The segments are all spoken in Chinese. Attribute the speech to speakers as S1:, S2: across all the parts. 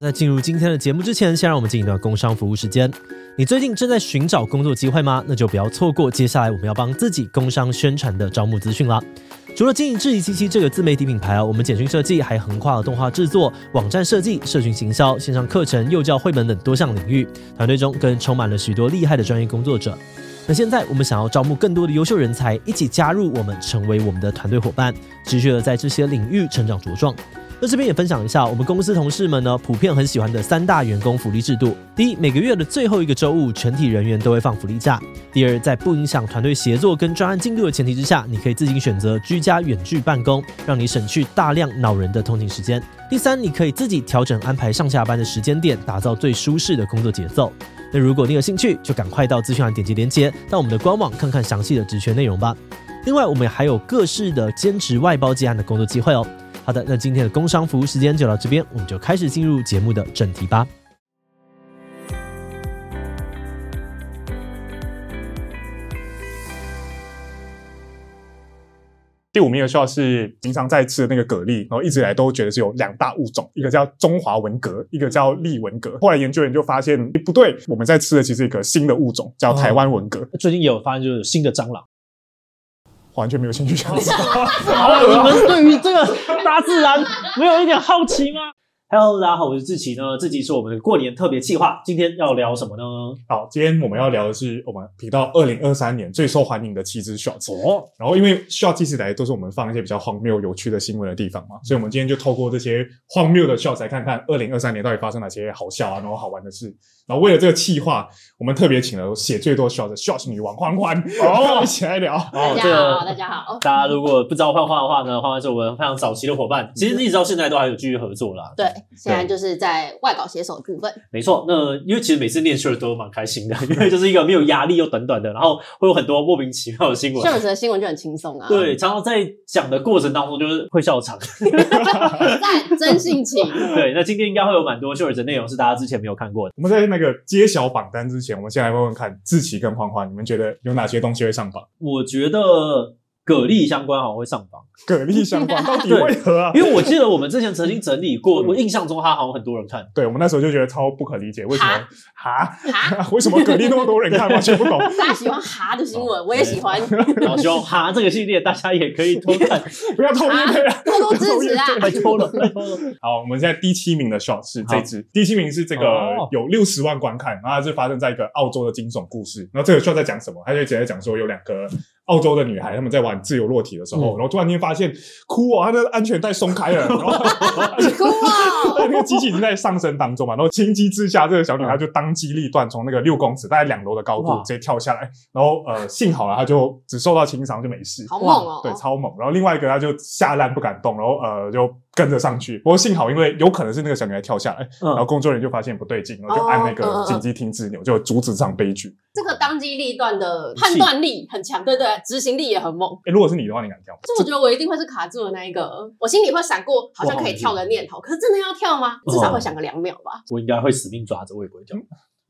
S1: 在进入今天的节目之前，先让我们进一段工商服务时间。你最近正在寻找工作机会吗？那就不要错过接下来我们要帮自己工商宣传的招募资讯啦。除了经营智疑七七这个自媒体品牌啊，我们简讯设计还横跨了动画制作、网站设计、社群行销、线上课程、幼教绘本等多项领域，团队中更充满了许多厉害的专业工作者。那现在我们想要招募更多的优秀人才，一起加入我们，成为我们的团队伙伴，持续的在这些领域成长茁壮。那这边也分享一下，我们公司同事们呢，普遍很喜欢的三大员工福利制度。第一，每个月的最后一个周五，全体人员都会放福利假；第二，在不影响团队协作跟专案进度的前提之下，你可以自行选择居家远距办公，让你省去大量恼人的通勤时间；第三，你可以自己调整安排上下班的时间点，打造最舒适的工作节奏。那如果你有兴趣，就赶快到资讯栏点击连接，到我们的官网看看详细的职缺内容吧。另外，我们还有各式的兼职外包接案的工作机会哦。好的，那今天的工商服务时间就到这边，我们就开始进入节目的正题吧。
S2: 第五名的笑是经常在吃的那个蛤蜊，然后一直以来都觉得是有两大物种，一个叫中华文蛤，一个叫立文蛤。后来研究员就发现，诶不对，我们在吃的其实有一个新的物种叫台湾文蛤，
S1: 最近也有发现，就是有新的蟑螂。
S2: 完全没有兴趣想吃。
S1: 好了，你们对于这个大自然没有一点好奇吗？Hello，大家好，我是志奇呢，志奇是我们的过年特别计划，今天要聊什么呢？
S2: 好，今天我们要聊的是我们提到二零二三年最受欢迎的七支 shots。哦，然后因为 shots 一直以来都是我们放一些比较荒谬、有趣的新闻的地方嘛，所以我们今天就透过这些荒谬的 shots 来看看二零二三年到底发生哪些好笑啊，然后好玩的事。然后为了这个企划，我们特别请了写最多 shots 的 shots 女王欢欢，哦，一起来聊。
S1: 哦
S3: 大
S1: 这
S3: 家好，
S1: 个
S3: 大家好。
S1: 大家如果不知道幻化的话呢，幻化是我们非常早期的伙伴，其实一直到现在都还有继续合作啦。
S3: 嗯对，现在就是在外稿写手的部分，
S1: 没错，那因为其实每次念 s h 都蛮开心的，因为就是一个没有压力又短短的，然后会有很多莫名其妙的新闻。
S3: 像我的新闻就很轻松啊。，
S1: 对，常常在讲的过程当中就是会笑 场。
S3: 赞，真性情。
S1: 对，那今天应该会有蛮多秀儿的内容是大家之前没有看过的。
S2: 我们在那个揭晓榜单之前，我们先来问问看志奇跟欢欢，你们觉得有哪些东西会上榜？
S1: 我觉得蛤蜊相关好像会上 榜，
S2: 蛤蜊相关到底
S1: 对
S2: 为何啊？
S1: 因为我记得我们之前曾经整理
S3: 嗯
S1: 过，我印象中它好像很多人看。
S2: 对我们那时候就觉得超不可理解，为什么哈
S3: 哈，
S2: 为什么蛤蜊那么多人看，完全 不懂。
S3: 大家喜欢哈的新
S2: 哦
S3: 闻，我也喜欢，多
S1: 然后希望哈这个系列大家也可以偷 看，
S2: 不要偷夜配啊！
S3: 多支 持啊！
S1: 拜托了，拜托了。
S2: 好，我们现在第七名的 shot 是这支，第七名是这个
S1: 哦
S2: 有六十万观看，然后它是发生在一个澳洲的惊悚故事。然后这个 shot 在讲什么？它就直接讲说有两个澳洲的女孩，她们在玩自由落体的时候，
S1: 嗯
S2: 然后突然间发现哭哦，她的安全带松开了，然后。
S3: 哭哦，
S2: 对，那个机器已经在上升当中嘛，然后情急之下，这个小女孩就当机立断，从那个六公尺大概两楼的高
S1: 哇
S2: 度直接跳下来，然后呃，幸好啊，她就只受到轻伤，就没事。
S3: 好猛哦！
S2: 对，超猛。然后另外一个她就下烂不敢动，然后呃就跟着上去。不过幸好，因为有可能是那个小女孩跳下来，然后
S1: 嗯，
S2: 工作人员就发现不对劲，然后就按那
S3: 哦嗯
S2: 个紧急停止钮，就阻止这场悲剧。
S3: 这个当机立断的判断力很强，对对，执行力也很猛。
S2: 哎，如果是你的话，你敢跳吗？
S3: 所以我觉得我一定会是卡住的那一个，我心里会闪过好像可以跳的念
S2: 哦
S3: 头，可是真的要跳吗？至少会想个两秒吧。
S1: 我应该会死命抓着，我也不会跳，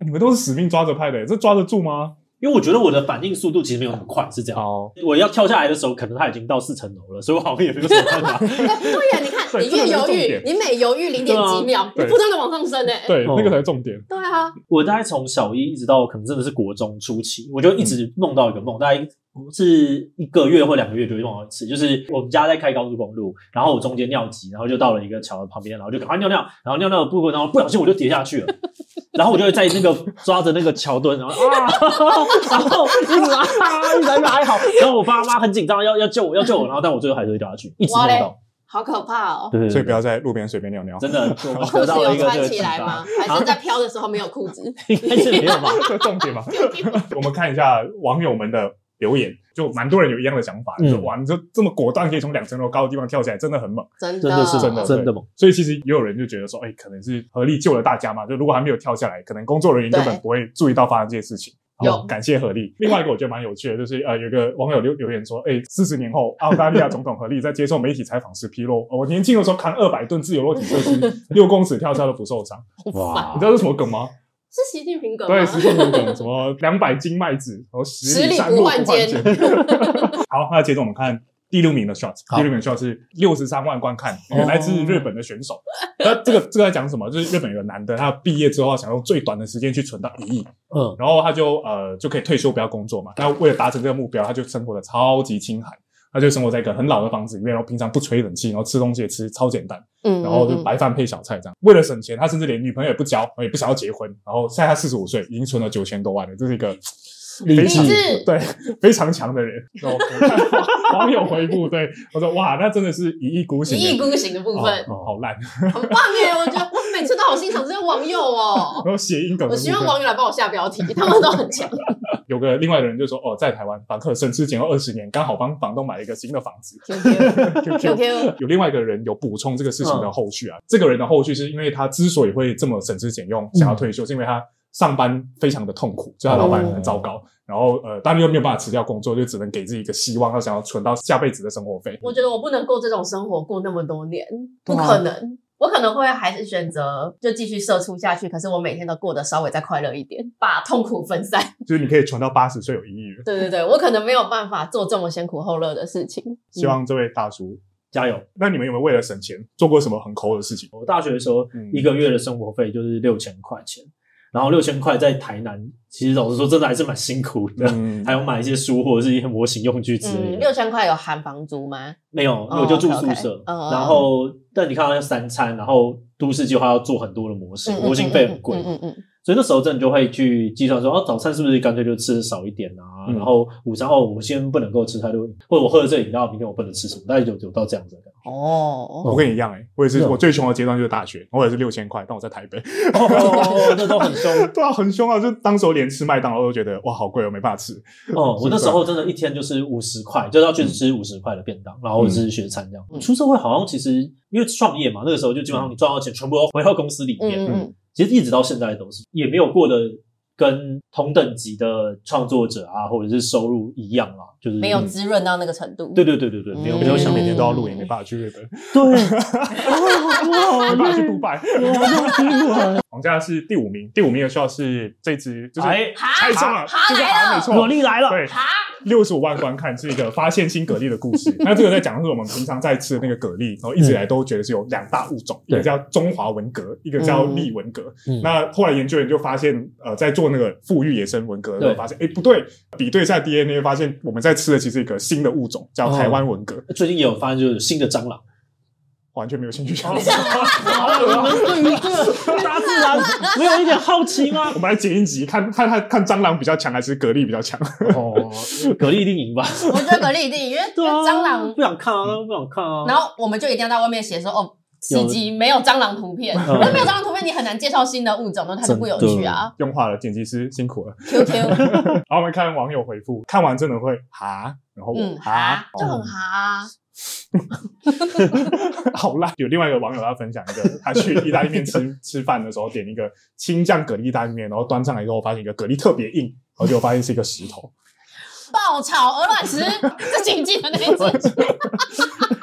S2: 你们都是死命抓着拍的，这抓得住吗？
S1: 因为我觉得我的反应速度其实没有很快，是这样。
S2: 好，
S1: 我要跳下来的时候，可能它已经到四层楼了，所以我好像也没有什么办法。
S3: 对哎对 呀，你看，
S2: 对
S3: 你越
S2: 这个
S3: 犹
S2: 是重
S3: 豫
S2: 点，
S3: 你每犹豫零点几秒，你
S2: 对啊
S3: 不断的往上升哎。
S2: 对，
S1: 哦
S2: 那个才是重点。
S3: 对啊，
S1: 我大概从小一一直到可能真的是国中初期，我就一直梦到一个梦，大概是一个月或两个月就会梦到一次，就是我们家在开高速公路，然后我中间尿急，然后就到了一个桥的旁边，然后就赶快尿尿，然后尿尿的步过，然后不小心我就跌下去了。然后我就会在那个抓着那个桥墩，然后啊，然后一直啊，一直在哀嚎。然后我爸妈很紧张，要要救我，要救我。然后但我最后还是会掉下去，一直梦
S3: 哇嘞
S1: 到。
S3: 好可 怕哦！
S1: 对对对
S2: 所以不要在路边随便尿尿。
S1: 真的，我 们
S3: 裤
S1: 哦得
S3: 子
S1: 到了
S3: 有
S1: 一个这
S3: 穿
S1: 个
S3: 起
S1: 启
S3: 来
S1: 发
S3: 吗？？还是在飘的时候没有裤子？
S1: 应该是没有 吧？
S2: 这重点嘛。我们看一下网友们的留言，就蛮多人有一样的想法，
S1: 嗯
S2: 就哇，你就这么果断可以从两层楼高的地方跳起来，真的很猛。
S3: 真
S1: 真的是
S2: 真的
S1: 真的吗？
S2: 所以其实也有人就觉得说，哎、可能是合力救了大家嘛。就如果还没有跳下来，可能工作人员根本
S3: 对
S2: 不会注意到发生这些事情。
S3: 有
S2: 好感谢合力。另外一个我觉得蛮有趣的，就是呃，有一个网友留留言说，哎、4四十年后，澳大利亚总统合力在接受媒体采访时披露，呃我年轻的时候扛二百吨自由落体设 施，六公尺跳下都不受伤。
S1: 哇
S2: 你知道是什么梗吗？
S3: 是习近平梗吗
S2: 对，？十种那种什么两百斤麦子，然后十
S3: 十里
S2: 山
S3: 不
S2: 路
S3: 换
S2: 换
S3: 肩
S2: 肩。好，那接着我们看第六名的 shot，
S4: 好
S2: 第六名的 shot 是六十三万观看，
S4: 哦
S2: 来自日本的选手。那这个这个在讲什么？就是日本有个男的，他毕业之后想用最短的时间去存到一亿，
S4: 嗯，
S2: 然后他就呃就可以退休不要工作嘛。那为了达成这个目标，他就生活的超级清寒，他就生活在一个很老的房子里面，然后平常不吹冷气，然后吃东西也吃超简单，
S3: 嗯，
S2: 然后就
S3: 嗯
S2: 白饭配小菜这样。为了省钱，他甚至连女朋友也不交，呃然后也不想要结婚。然后现在他四十五岁，已经存了九千多万了，这是一个
S4: 理
S2: 非
S4: 智
S2: 常对非常强的人。然后我看网网友回顾，对我说哇，那真的是一意孤行
S3: 一
S2: 耶，
S3: 意孤行的部分
S2: 哦哦好烂。
S3: 很棒耶！我觉得我每次都好欣赏这些网友 哦。
S2: 然后谐音梗的
S3: 我
S2: 部
S3: 希
S2: 分，
S3: 望网友来帮我下 标题，他们都很强。
S2: 有个另外的人就说哦，在台湾房客省吃俭用二十年，刚好帮房东买了一个新的房 子。
S3: Q Q，
S2: 有另外一个人有补充这个事情的后续啊。这个人的后续是因为他之所以会这么省吃俭用，想要退休，是因为他上班非常的痛苦，就他老板很糟糕，然后呃，当然又没有办法辞掉工作，就只能给自己一个希望，他想要存到下辈子的生活费。
S3: 我觉得我不能过这种生活，过那么多年，不
S4: 对啊
S3: 可能。我可能会还是选择就继续社畜下去，可是我每天都过得稍微再快乐一点，把痛苦分散。
S2: 就是你可以存到八十岁有意义了。
S3: 对对对，我可能没有办法做这么先苦后乐的事情。
S2: 希望这位大叔，
S4: 加油！
S2: 那你们有没有为了省钱做过什么很抠的事情？
S4: 我大学的时候
S2: 嗯，
S4: 一个月的生活费就是六千块钱，然后六千块在台南，其实老实说，真的还是蛮辛苦的。
S2: 嗯
S4: 还有买一些书或者是一些模型用具之类
S3: 嗯，
S4: 的，
S3: 六千块有含房租吗？
S4: 没有，因为我就住宿舍
S3: OK，OK，，嗯嗯
S4: 然后但你看到要三餐，然后都市计划要做很多的模型，模型费很
S3: 嗯
S4: 贵，
S3: 嗯嗯嗯嗯，
S4: 所以那时候真的就会去计算说，哦，早餐是不是干脆就吃少一点啊？
S2: 嗯
S4: 然后午餐哦，我先不能够吃太多，或者我喝了这饮料，明天我不能吃什么，大概有有到这样子的感觉。
S3: 哦，
S2: 我跟你一样哎、我也是，
S4: 是哦
S2: 我最穷的阶段就是大学，我也是六千块，但我在台北，
S4: 哦，那都很凶。
S2: 对啊，很凶啊！就当时我连吃麦当劳都觉得哇好贵哦，没办法吃。
S4: 哦，我那时候真的一天就是嗯五十块，就是要去吃五十块的便当，然后是学餐这样。
S3: 嗯
S4: 出社会好像其实因为创业嘛，那个时候就基本上你赚到钱全部都回到公司里面，
S3: 嗯嗯
S4: 其实一直到现在都是，也没有过的跟同等级的创作者啊，或者是收入一样啊，就是
S3: 嗯，没有嗯滋润到那个程度。
S4: 对对对对对，没有
S2: 我
S4: 没
S2: 就
S4: 有
S2: 想
S4: 想
S2: 每
S4: 每
S2: 天
S4: 天
S2: 都
S4: 都
S2: 要
S4: 要
S2: 录影，没办法去日本，
S4: 对，哦
S2: 没办法去杜拜。
S4: 我
S2: 王嘉是第五名，第五名的笑是这支，就是
S4: 哎
S2: 太中了，
S3: 哈
S2: 就是
S3: 来
S2: 还
S3: 了
S2: 没
S4: 我
S2: 错。
S4: 力来了，
S2: 对，
S3: 哈，
S2: 六十五万观看是一个发现新蛤蜊的故事。那这个在讲的是我们平常在吃的那个蛤蜊，然后一
S4: 嗯
S2: 直以来都觉得是有两大物种，一
S1: 对
S2: 个叫中华文蛤，一个叫立文蛤。
S1: 嗯
S2: 那后来研究员就发现，呃，在做那个富裕野生文蛤的时候，
S4: 对
S2: 发现哎不对，比对一下 DNA，发现我们在吃的其实一个新的物种，
S4: 哦
S2: 叫台湾文蛤，
S4: 最近也有发现就是有新的蟑螂，
S2: 完全没有兴趣想。
S4: 你们啊对于这个大自然没有一点好奇吗
S2: 我？们来剪一集，看看看看蟑螂比较强还是蛤蜊比较强。
S4: 哦，蛤蜊一定赢吧？
S3: 我觉得蛤蜊一定，因为因
S4: 对
S3: 为
S4: 啊，
S3: 蟑螂，
S4: 不想看啊，不想看啊。
S3: 然后我们就一定要在外面写说哦。司机没有蟑螂图片，
S4: 嗯
S3: 那没有蟑螂图片，你很难介绍新的物种，那它就不有趣啊。
S2: 用化了，剪辑师辛苦了。
S3: Q Q，
S2: 然后我们看网友回复，看完真的会哈，然后我、
S4: 哦
S3: 嗯，
S2: 哈
S3: 哈，，就很哈啊，
S2: 好辣。有另外一个网友他分享一个，他去意大利面吃 吃饭的时候点一个青酱蛤蜊意大利面，然后端上来之后发现一个蛤蜊特别硬，然后结果发现是一个石头。
S3: 爆炒鹅卵石，这请记得那 一次，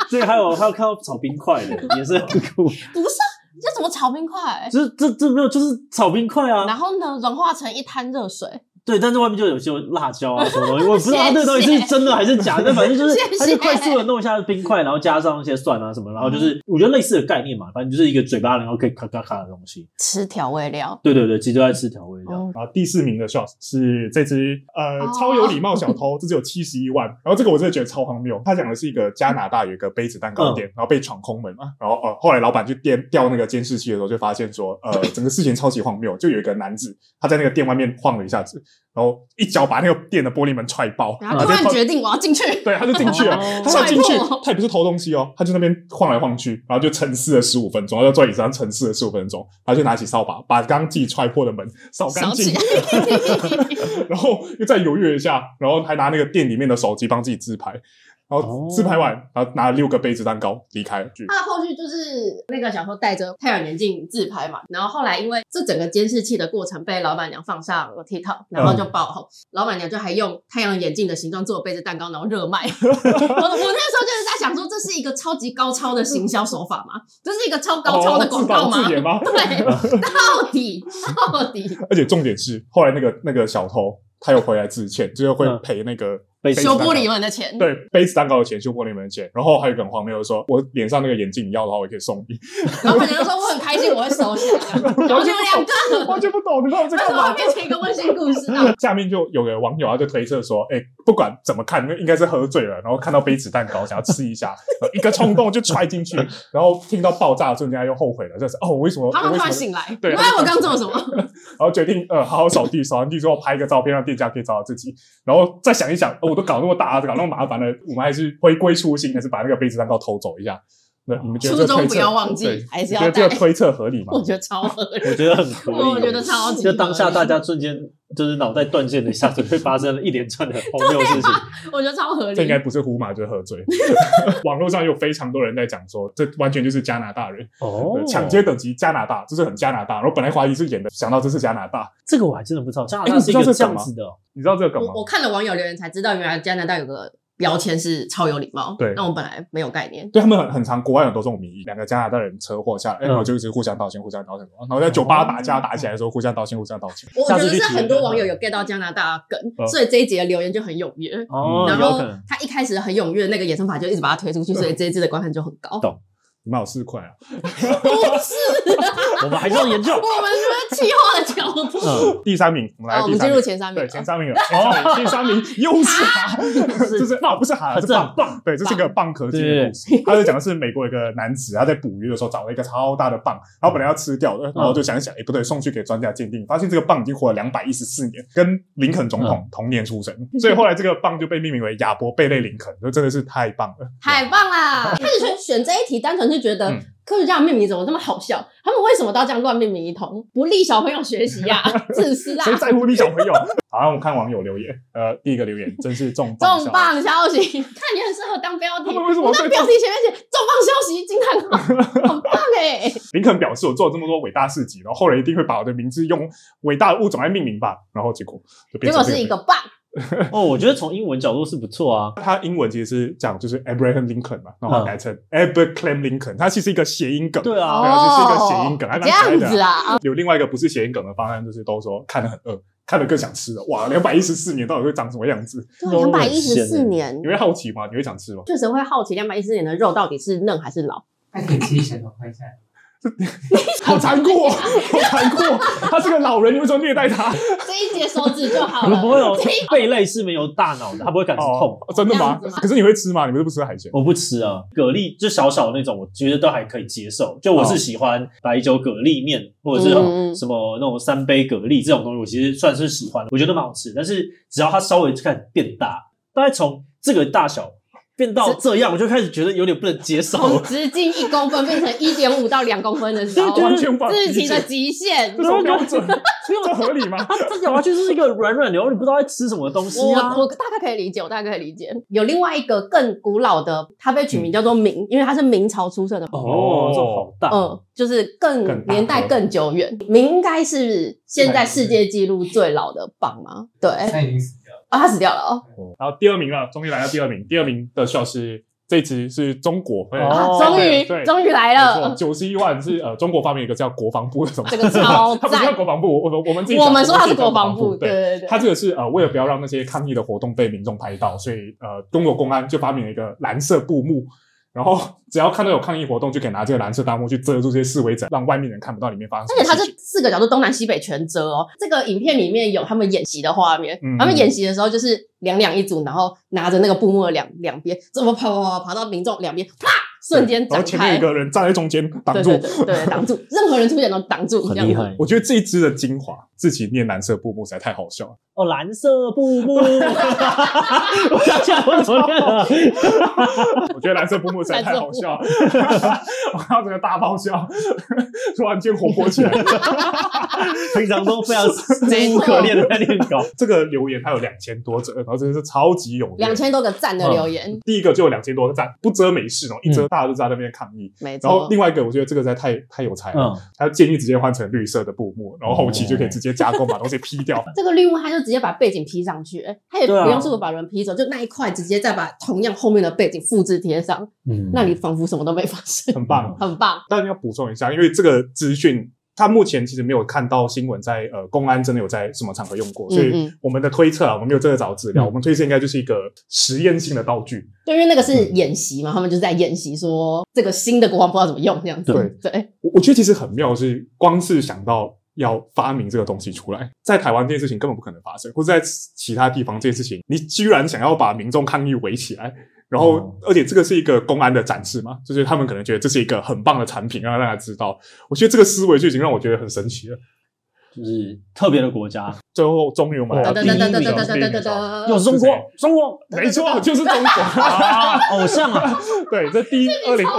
S4: 这个还有还有看到炒冰块的，也是很酷。
S3: 不是啊，这怎么炒冰块？
S4: 就是这这没有，就是炒冰块
S3: 然
S4: 啊。
S3: 后呢，融化成一滩热水，
S4: 对，但是外面就有些辣椒啊什么东西，我不知道它那个东西
S3: 谢
S4: 是
S3: 谢
S4: 真的还是假 的，反正就是
S3: 谢谢
S4: 它就快速的弄一下冰块，然后加上一些蒜啊什么，然后就是我觉得类似的概念嘛，反正就是一个嘴巴然后可以咔咔咔的东西。
S3: 吃调味料。
S4: 对对对，其实都在吃调味料。
S3: 哦
S2: 然啊后第四名的 shot 是这只呃、
S3: 哦
S2: 超有礼貌小偷，这只有七十一万。然后这个我真的觉得超荒谬。他讲的是一个加拿大有一个杯子蛋糕店，然后被闯空门嘛。然后呃后来老板去调调那个监视器的时候，就发现说呃整个事情超级荒谬，就有一个男子他在那个店外面晃了一下子，然后一脚把那个店的玻璃门踹爆，
S4: 啊
S3: 然后突
S2: 在
S3: 然
S2: 窗
S3: 决定我要进去，
S2: 对，他就进去了
S4: 哦，
S2: 他要进去
S3: 踹破，
S2: 他也不是偷东西哦，他就那边晃来晃去，然后就沉思了十五分钟，他就坐椅子上沉思了十五分钟，他就拿起扫把把刚自己踹破的门扫干
S3: 扫
S2: 净
S3: 起，
S2: 然后又再犹豫了一下，然后还拿那个店里面的手机帮自己自拍，然后
S4: 哦
S2: 自拍完，然后拿了六个杯子蛋糕离开了。 去
S3: 他后续就是那个小偷戴着太阳眼镜自拍嘛，然后后来因为这整个监视器的过程被老板娘放上了 TikTok，然后就爆红。老板娘就还用太阳眼镜的形状做杯子蛋糕，然后热卖。我我那时候就是在想说，这是一个超级高超的行销手法嘛，这是一个超啊高超的广告
S2: 哦
S3: 吗？
S2: 自导 自演吗？
S3: 对，到底到底
S2: 而且重点是，后来那个那个小偷他有回来致歉，就是会
S4: 嗯
S2: 赔那个
S4: 被
S2: 被
S4: 子
S2: 子
S3: 修
S2: 蛋糕
S3: 玻璃门的 钱，
S2: 对，杯子蛋糕的钱，修玻璃门的钱，然后还有一个很荒谬的说，我脸上那个眼镜你要的话，我也可以送你。
S3: 老板娘说我很开心，我会收下， 我就两个，
S2: 完全不懂，你到底在
S3: 为什
S2: 干
S3: 么会
S2: 嘛？
S3: 变成一个温馨故事啊？
S2: 下面就有个网友他就推测说，哎、不管怎么看，应该是喝醉了，然后看到杯子蛋糕想要吃一 下，然后一个冲动就揣进去，然后听到爆炸的瞬间他又后悔了，就是哦，我为什么？
S3: 他们
S2: 我
S3: 突
S2: 为
S3: 然
S2: 什么？
S3: 醒来，
S2: 对
S3: 哎，我刚做了什么？
S2: 然后决定呃，好好扫地，扫完地之后拍一个照片让店家可以找到自己，然后再想一想，哦、我都搞那么大，搞那么麻烦了，我们还是回归初心，还是把那个杯子蛋糕偷走一下。那你 们觉得
S3: 哦初
S2: 这个推
S3: 衷
S2: 测
S3: 不要忘记
S2: 对，
S3: 还是
S2: 你觉得
S3: 要
S2: 这
S3: 带
S2: 个。 推测合理吗？
S3: 我觉得超合理
S4: 我觉得很合理，
S3: 我觉得超级
S4: 就当下
S3: 合理
S4: 大家瞬间就是脑袋断线了一下，就会发生了一连串的荒谬事情。
S3: 我觉得超合
S2: 这应该
S3: 理。
S2: 不是呼麻就是喝 醉。网络上有非常多人在讲说，这完全就是加拿大人
S4: 哦
S2: 对抢劫等级加拿大，这是很加拿大。然后本来怀疑是演的，想到这是加拿大，
S4: 这个我还真的不知道，加拿
S2: 哎
S4: 大
S2: 你
S4: 是一
S2: 不知道这
S4: 个这
S2: 干
S4: 样
S2: 嘛
S4: 子的哦，
S2: 你知道这个梗
S3: 我我
S2: 吗？
S3: 看了网友留言才知道，原来加拿大有个标签是超有礼貌。
S2: 对
S3: 那我本来没有概念。
S2: 对他们很很常，国外有很多这种民意，两个加拿大人车祸下来，哎、
S4: 嗯
S2: 然后就一直互相道歉，互相道歉，然后在酒吧打架打起来的时候互相道歉，互相道歉。
S3: 我我
S4: 下
S3: 觉
S4: 次
S3: 得
S4: 去
S3: 是
S4: 体验
S3: 很多
S4: 看看
S3: 网友有 get 到加拿大梗，
S2: 嗯
S3: 所以这一节的留言就很踊跃。
S4: 哦，
S2: 嗯
S3: 然
S4: 有
S3: 后
S4: 可能。
S3: 他一开始很踊跃，那个演算法就一直把它推出去，所以这一季的观看就很高。
S4: 懂
S2: 你们有四块啊？
S3: 不是，
S4: 我们还是要研 究。
S3: 我们是企划的角度。
S4: 嗯，
S2: 第三名，我们来
S3: 哦，我
S2: 第
S3: 们
S2: 三
S3: 进
S2: 名。
S3: 入前三名
S2: 对，前
S3: 了。啊
S2: 三名了。哦，第三名又是哈， 就是哦，不是哈，是
S4: 这
S2: 棒
S4: 很棒，
S2: 对，这是个蚌壳精的故事。他就讲的是美国有一个男子，他在捕鱼的时候找了一个超大的蚌，然后本来要吃掉的，然后就想一想，哎、不对，送去给专家鉴定，发现这个蚌已经活了两百一十四年，跟林肯总
S3: 嗯
S2: 统同年出生，所以后来这个蚌就被命名为亚伯贝类林肯，就真的是太棒了。
S3: 太棒啦！开始选选这一题，单纯是觉得
S2: 嗯
S3: 科学家的命名怎么这么好笑？他们为什么都要这样乱命名一通？不利小朋友学习 呀，自私啊！
S2: 谁在乎你小朋友？好，我们看网友留言，呃，第一个留言真是重磅，
S3: 重！磅消息， 看你很适合当标
S2: 他。
S3: 题
S2: 们为什么
S3: 我那
S2: 对
S3: 标题前面写“重磅消息”惊叹号， 很棒哎！
S2: 林肯表示：“我做了这么多伟大事迹，然后后人一定会把我的名字用伟大的物种来命名吧。”然后结果就变
S3: 结
S2: 成
S3: 果
S2: 这
S3: 是一
S2: 个。
S3: 个棒，
S4: 哦，我觉得从英文角度是不错啊。
S2: 他英文其实是讲就是 Abraham Lincoln 嘛，然后改成 Abraham Lincoln，它其实是一个谐音梗。
S4: 嗯对啊，
S2: 啊这是一个谐音梗还蛮
S3: 这
S2: 可爱的啊
S3: 样子啊，
S2: 有另外一个不是谐音梗的方案，就是都说看得很饿，看得更想吃了。哇，两百一十四年到底会长什么样子？
S3: 两百一十四年
S2: 你，会好奇吗？你会想吃吗？
S3: 确实会好奇两百一十四年的肉到底是嫩还是 老。
S5: 还可以吃一小小块菜。
S2: 好残酷，哦，好残酷哦！他是个老人，你为什么虐待 他？
S3: 这一节手指就 好
S4: 我们不哦会
S3: 了。
S4: 有贝类是没有大脑的，它不会感知痛。
S2: 哦，真的吗
S3: 这样子？吗
S2: 可是你会吃吗？你们是不吃海鲜？
S4: 我不吃啊，蛤蜊就小小的那种，我觉得都还可以接受。就我是喜欢白酒蛤蜊面，或者是
S3: 哦
S4: 哦
S3: 嗯
S4: 什么那种三杯蛤蜊这种东西，我其实算是喜欢，我觉得蛮好吃。但是只要它稍微开始变大，大概从这个大小变到这样，我就开始觉得有点不能接受
S3: 从
S4: 了。
S3: 直径一公分变成一点五到两公分的时候，
S2: 完全无法
S3: 自
S2: 理
S3: 己
S2: 解
S3: 的极限
S2: 这。种标准， 这合理吗？
S4: 它咬下去就是一个软软的，然后你不知道在吃什么东西
S3: 我
S4: 啊。
S3: 我大概可以理解，我大概可以理解。嗯有另外一个更古老的，它被取名叫做明，因为它是明朝出生的。
S4: 哦，这好大。
S3: 嗯，就是更
S2: 更大
S3: 年代更久远，明应该是现在世界纪录最老的蚌吗？对，
S5: 他已经死掉了，
S3: 啊，他死掉了哦。
S2: 然后第二名了，终于来到第二名。第二名的笑是这一集是中国，
S4: 哦
S3: 啊，终于
S2: 对对
S3: 终于来了，
S2: 九十一万是呃中国发明一个叫国防部的什么，
S3: 这个超
S2: 它不是叫
S3: 赞。
S2: 国防部，我们我们自己
S3: 我们说它
S2: 它
S3: 是国防部，对
S2: 对。
S3: 对对
S2: 它
S3: 对，
S2: 这个是呃，为了不要让那些抗议的活动被民众拍到，所以呃，中国公安就发明了一个蓝色布幕，然后只要看到有抗议活动，就可以拿这个蓝色大幕去遮住这些示威者，让外面人看不到里面发生什
S3: 而且
S2: 么
S3: 它
S2: 事
S3: 是
S2: 情。
S3: 四个角度东南西北全遮哦。这个影片里面有他们演习的画面，
S2: 嗯
S3: 他们演习的时候就是两两一组，然后拿着那个布幕的两两边，怎么跑跑跑跑到民众两边，啪，瞬间
S2: 然
S3: 展
S2: 后前面
S3: 开
S2: 有一，个人站在中间挡
S3: 对
S2: 住
S3: 对，对对，挡住， 任何人出现都挡住，
S4: 很
S3: 这样子
S4: 厉害
S2: 我觉得这一支的精华，自己念蓝色布幕实在太好笑了。
S4: 哦，蓝色 布幕，我想起来我昨天了，
S2: 我觉得蓝色布幕实在太好笑了， 我看到整个大爆笑， 突然间活泼起 来。
S4: 平常都非常辛苦可怜的在练稿。
S2: 这个留言它有两千多则，然后真的是超级踊跃。
S3: 两千多个赞的留言，
S2: 第一个就有两千多个赞，不遮没事哦，一遮大家就在那边抗议。
S3: 没
S2: 然后
S3: 错。
S2: 另外一个，我觉得这个实在太太有才了，
S4: 嗯，
S2: 他建议直接换成绿色的布幕，然后后期就可以直接加工把东西 P 掉。
S3: 这个绿幕它就直接把背景 P 上去，哎它也不
S4: 对啊
S3: 用是把人 P 走，就那一块直接再把同样后面的背景复制贴上，
S4: 嗯
S2: 嗯
S3: 那你仿佛什么都没发生，
S2: 很棒。
S3: 很棒。
S2: 但要补充一下，因为这个资讯他目前其实没有看到新闻在呃公安真的有在什么场合用过，所
S3: 嗯
S2: 以
S3: 嗯
S2: 我们的推测啊，我们没有真的找资料，
S1: 嗯
S2: 我们推测应该就是一个实验性的道具。
S3: 对，因为那个
S2: 嗯
S3: 是演习嘛，他们就是在演习说这个新的国防不知道怎么用这样子。
S2: 对
S3: 对，
S2: 我我觉得其实很妙是，光是想到要发明这个东西出来，在台湾这件事情根本不可能发生，或者在其他地方这件事情，你居然想要把民众抗议围起来。然后，
S4: 哦
S2: 而且这个是一个公安的展示嘛，就是他们可能觉得这是一个很棒的产品，让大家知道。我觉得这个思维就已经让我觉得很神奇了。
S4: 就是特别的国 家，
S2: 最后终于我们来
S4: 哦
S2: 到
S3: 哒
S2: 第
S3: 哒
S2: 一
S3: 哒
S2: 名
S3: 哒
S2: 了，
S3: 哒哒
S2: 第一
S3: 哒
S2: 名
S3: 哒
S2: 是谁
S3: 哒哒。
S4: 有中
S2: 是谁
S4: 国，中国
S2: 没错，就是中国。
S4: 啊，偶像啊，
S2: 对，这第一二零
S3: 超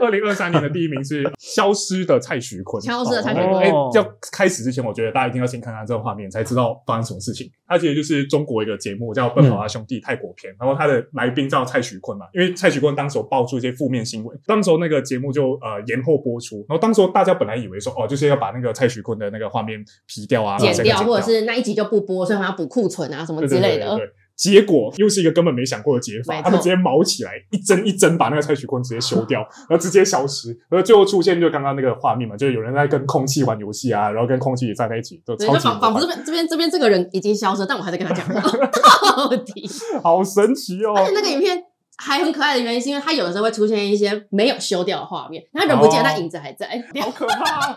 S2: 二二零二三年的第一名是《消失的蔡徐坤》。
S3: 消失的蔡徐
S4: 坤
S2: 哦哎，要开始之前，我觉得大家一定要先看看这个画面，才知道发生什么事情。它其实就是中国一个节目叫《奔跑吧兄弟》泰国片，然后他的来宾叫蔡徐坤嘛，因为蔡徐坤当时有爆出一些负面新闻，当时候那个节目就呃延后播出，然后当时候大家本来以为说哦，就是要把那个蔡徐坤的那个画面 P 掉啊，
S3: 剪
S2: 然
S3: 掉，
S2: 后整个
S3: 或者是那一集就不播，所以我们要补库存啊什么
S2: 对
S3: 之
S2: 对
S3: 类
S2: 对对
S3: 的。
S2: 对结果又是一个根本没想过的解
S3: 没
S2: 法，
S3: 错
S2: 他们直接毛起来，一针一针把那个蔡徐坤直接修 掉，然后直接消失，然后最后出现就刚刚那个画面嘛，就是有人在跟空气玩游戏啊，然后跟空气站在一起，就
S3: 对，
S2: 超
S3: 就
S2: 级
S3: 仿仿佛这
S2: 魔
S3: 边这边这边这个人已经消失了，但我还在跟 他讲哦话到底。
S2: 幻好神奇哦！
S3: 而且那个影片还很可爱的原因，是因为它有的时候会出现一些没有修掉的画面，他人不见，
S2: 哦
S3: 但影子还在，
S2: 好可怕！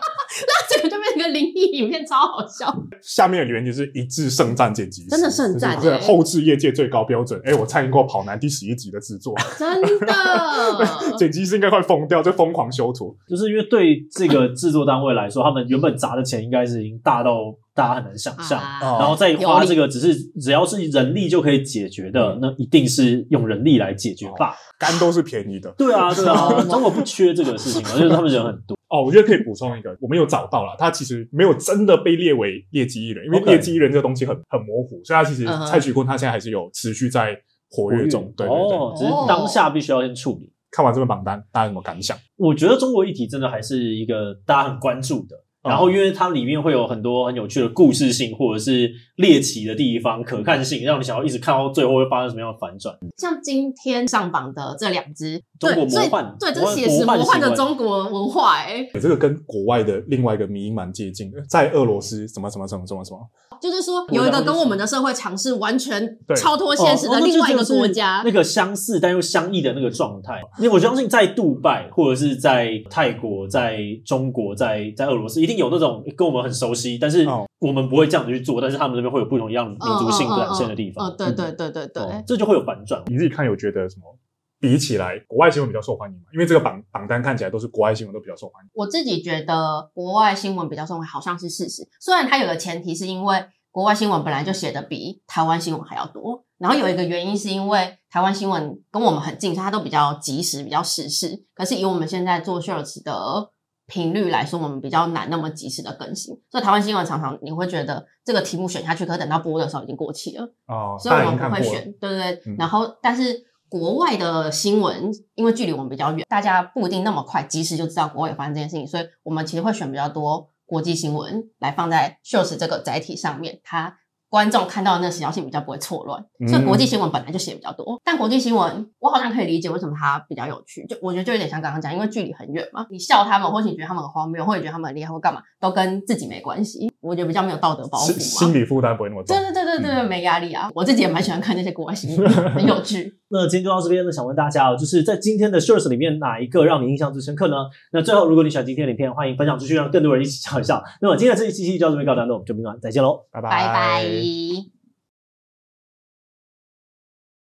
S3: 这个就变成个灵异影片，超好笑。
S2: 下面的留言就是一致圣战剪辑师，
S3: 真的圣战
S2: 就是
S3: 欸
S2: 后置业界最高标准。哎，我参与过跑男第十一集的制 作，。
S3: 真的
S2: 剪辑师应该快疯掉，就疯狂修图。
S4: 就是因为对这个制作单位来说，他们原本砸的钱应该是已经大到大家很难想象，
S3: 啊
S2: 哦
S4: 然后再花
S3: 有理嗯
S4: 这个只是只要是人力就可以解决的，那一定是用人力来解决吧？
S2: 肝都是便宜的，
S4: 对啊，对啊，
S3: 哦
S4: 中国不缺这个事情嘛，就是他们人很多，
S2: 哦，我觉得可以补充一个，我们有找到了，他其实没有真的被列为劣迹艺人，因为
S4: OK
S2: 劣迹艺人这个东西很很模糊，所以他其实
S3: 嗯哼
S2: 蔡徐坤他现在还是有持续在活跃中。对对对，
S4: 哦，只是当下必须要先处理。
S2: 看完这份榜单，大家有什么感想？
S4: 我觉得中国议题真的还是一个大家很关注的。
S2: 嗯
S4: 然后，因为它里面会有很多很有趣的故事性，或者是猎奇的地方、可看性，让你想要一直看到最后会发生什么样的反转。
S3: 像今天上榜的这两支，
S4: 中国
S3: 对
S4: 魔幻
S3: 最对，这
S4: 魔幻
S3: 是写实
S4: 魔幻
S3: 魔幻
S4: 行
S3: 的
S4: 为
S3: 中国文化、欸，
S2: 这个跟国外的另外一个迷因蛮接近的，在俄罗斯什么什么什么什么什么，
S3: 就是说
S4: 我了解
S3: 有一个跟我们的社会尝试完全
S2: 对
S3: 超脱现实
S4: 哦
S3: 的另外一个国家，
S4: 那就真的是那个相似但又相异的那个状态。因为我相信，在杜拜或者是在泰国、在中国、在在俄罗斯，一定有那种跟我们很熟悉，但是
S2: 哦
S4: 我们不会这样子去做，但是他们那边会有不同样民族性展现的地
S3: 嗯，
S4: 方。
S3: 嗯嗯嗯对对对对对，
S4: 哦这就会有反转。
S2: 你自己看有觉得什么？比起来，国外新闻比较受欢迎嘛，因为这个榜榜单看起来都是国外新闻都比较受欢迎。
S3: 我自己觉得国外新闻比较重要，好像是事实。虽然它有个前提是因为国外新闻本来就写的比台湾新闻还要多，然后有一个原因是因为台湾新闻跟我们很近，所以它都比较及时、比较时事。可是以我们现在做 shorts 的频率来说，我们比较难那么及时的更新，所以台湾新闻常常你会觉得这个题目选下去，可是等到播的时候已经过期了。
S2: 哦，
S3: 所以
S2: 大家已
S3: 我
S2: 经看
S3: 们
S2: 过
S3: 不会
S2: 了
S3: 选，。对对对。
S2: 嗯
S3: 然后，但是国外的新闻，因为距离我们比较远，大家不一定那么快及时就知道国外有发生这件事情，所以我们其实会选比较多国际新闻来放在 Shorts 这个载体上面，它。观众看到的那个时效性比较不会错乱，
S2: 嗯
S3: 所以国际新闻本来就写比较多。但国际新闻，我好像可以理解为什么它比较有趣。就我觉得就有点像刚刚讲，因为距离很远嘛，你笑他们，或者你觉得他们很荒谬，或者你觉得他们很厉害，或干嘛，都跟自己没关系。我觉得比较没有道德包袱
S2: 心
S3: 嘛。
S2: 心理负担不会那么重
S3: 对。对对对对，没压力啊！我自己也蛮喜欢看那些国外新闻，很有趣。
S4: 那今天就到这边呢，想问大家哦，就是在今天的 Shorts 里面，哪一个让你印象最深刻呢？那最后，如果你喜欢今天的影片，欢迎分享出去，让更多人一起笑一笑。那么今天的这一期就到这边告一段落，我们就明晚再见喽。
S2: 拜
S3: 拜拜。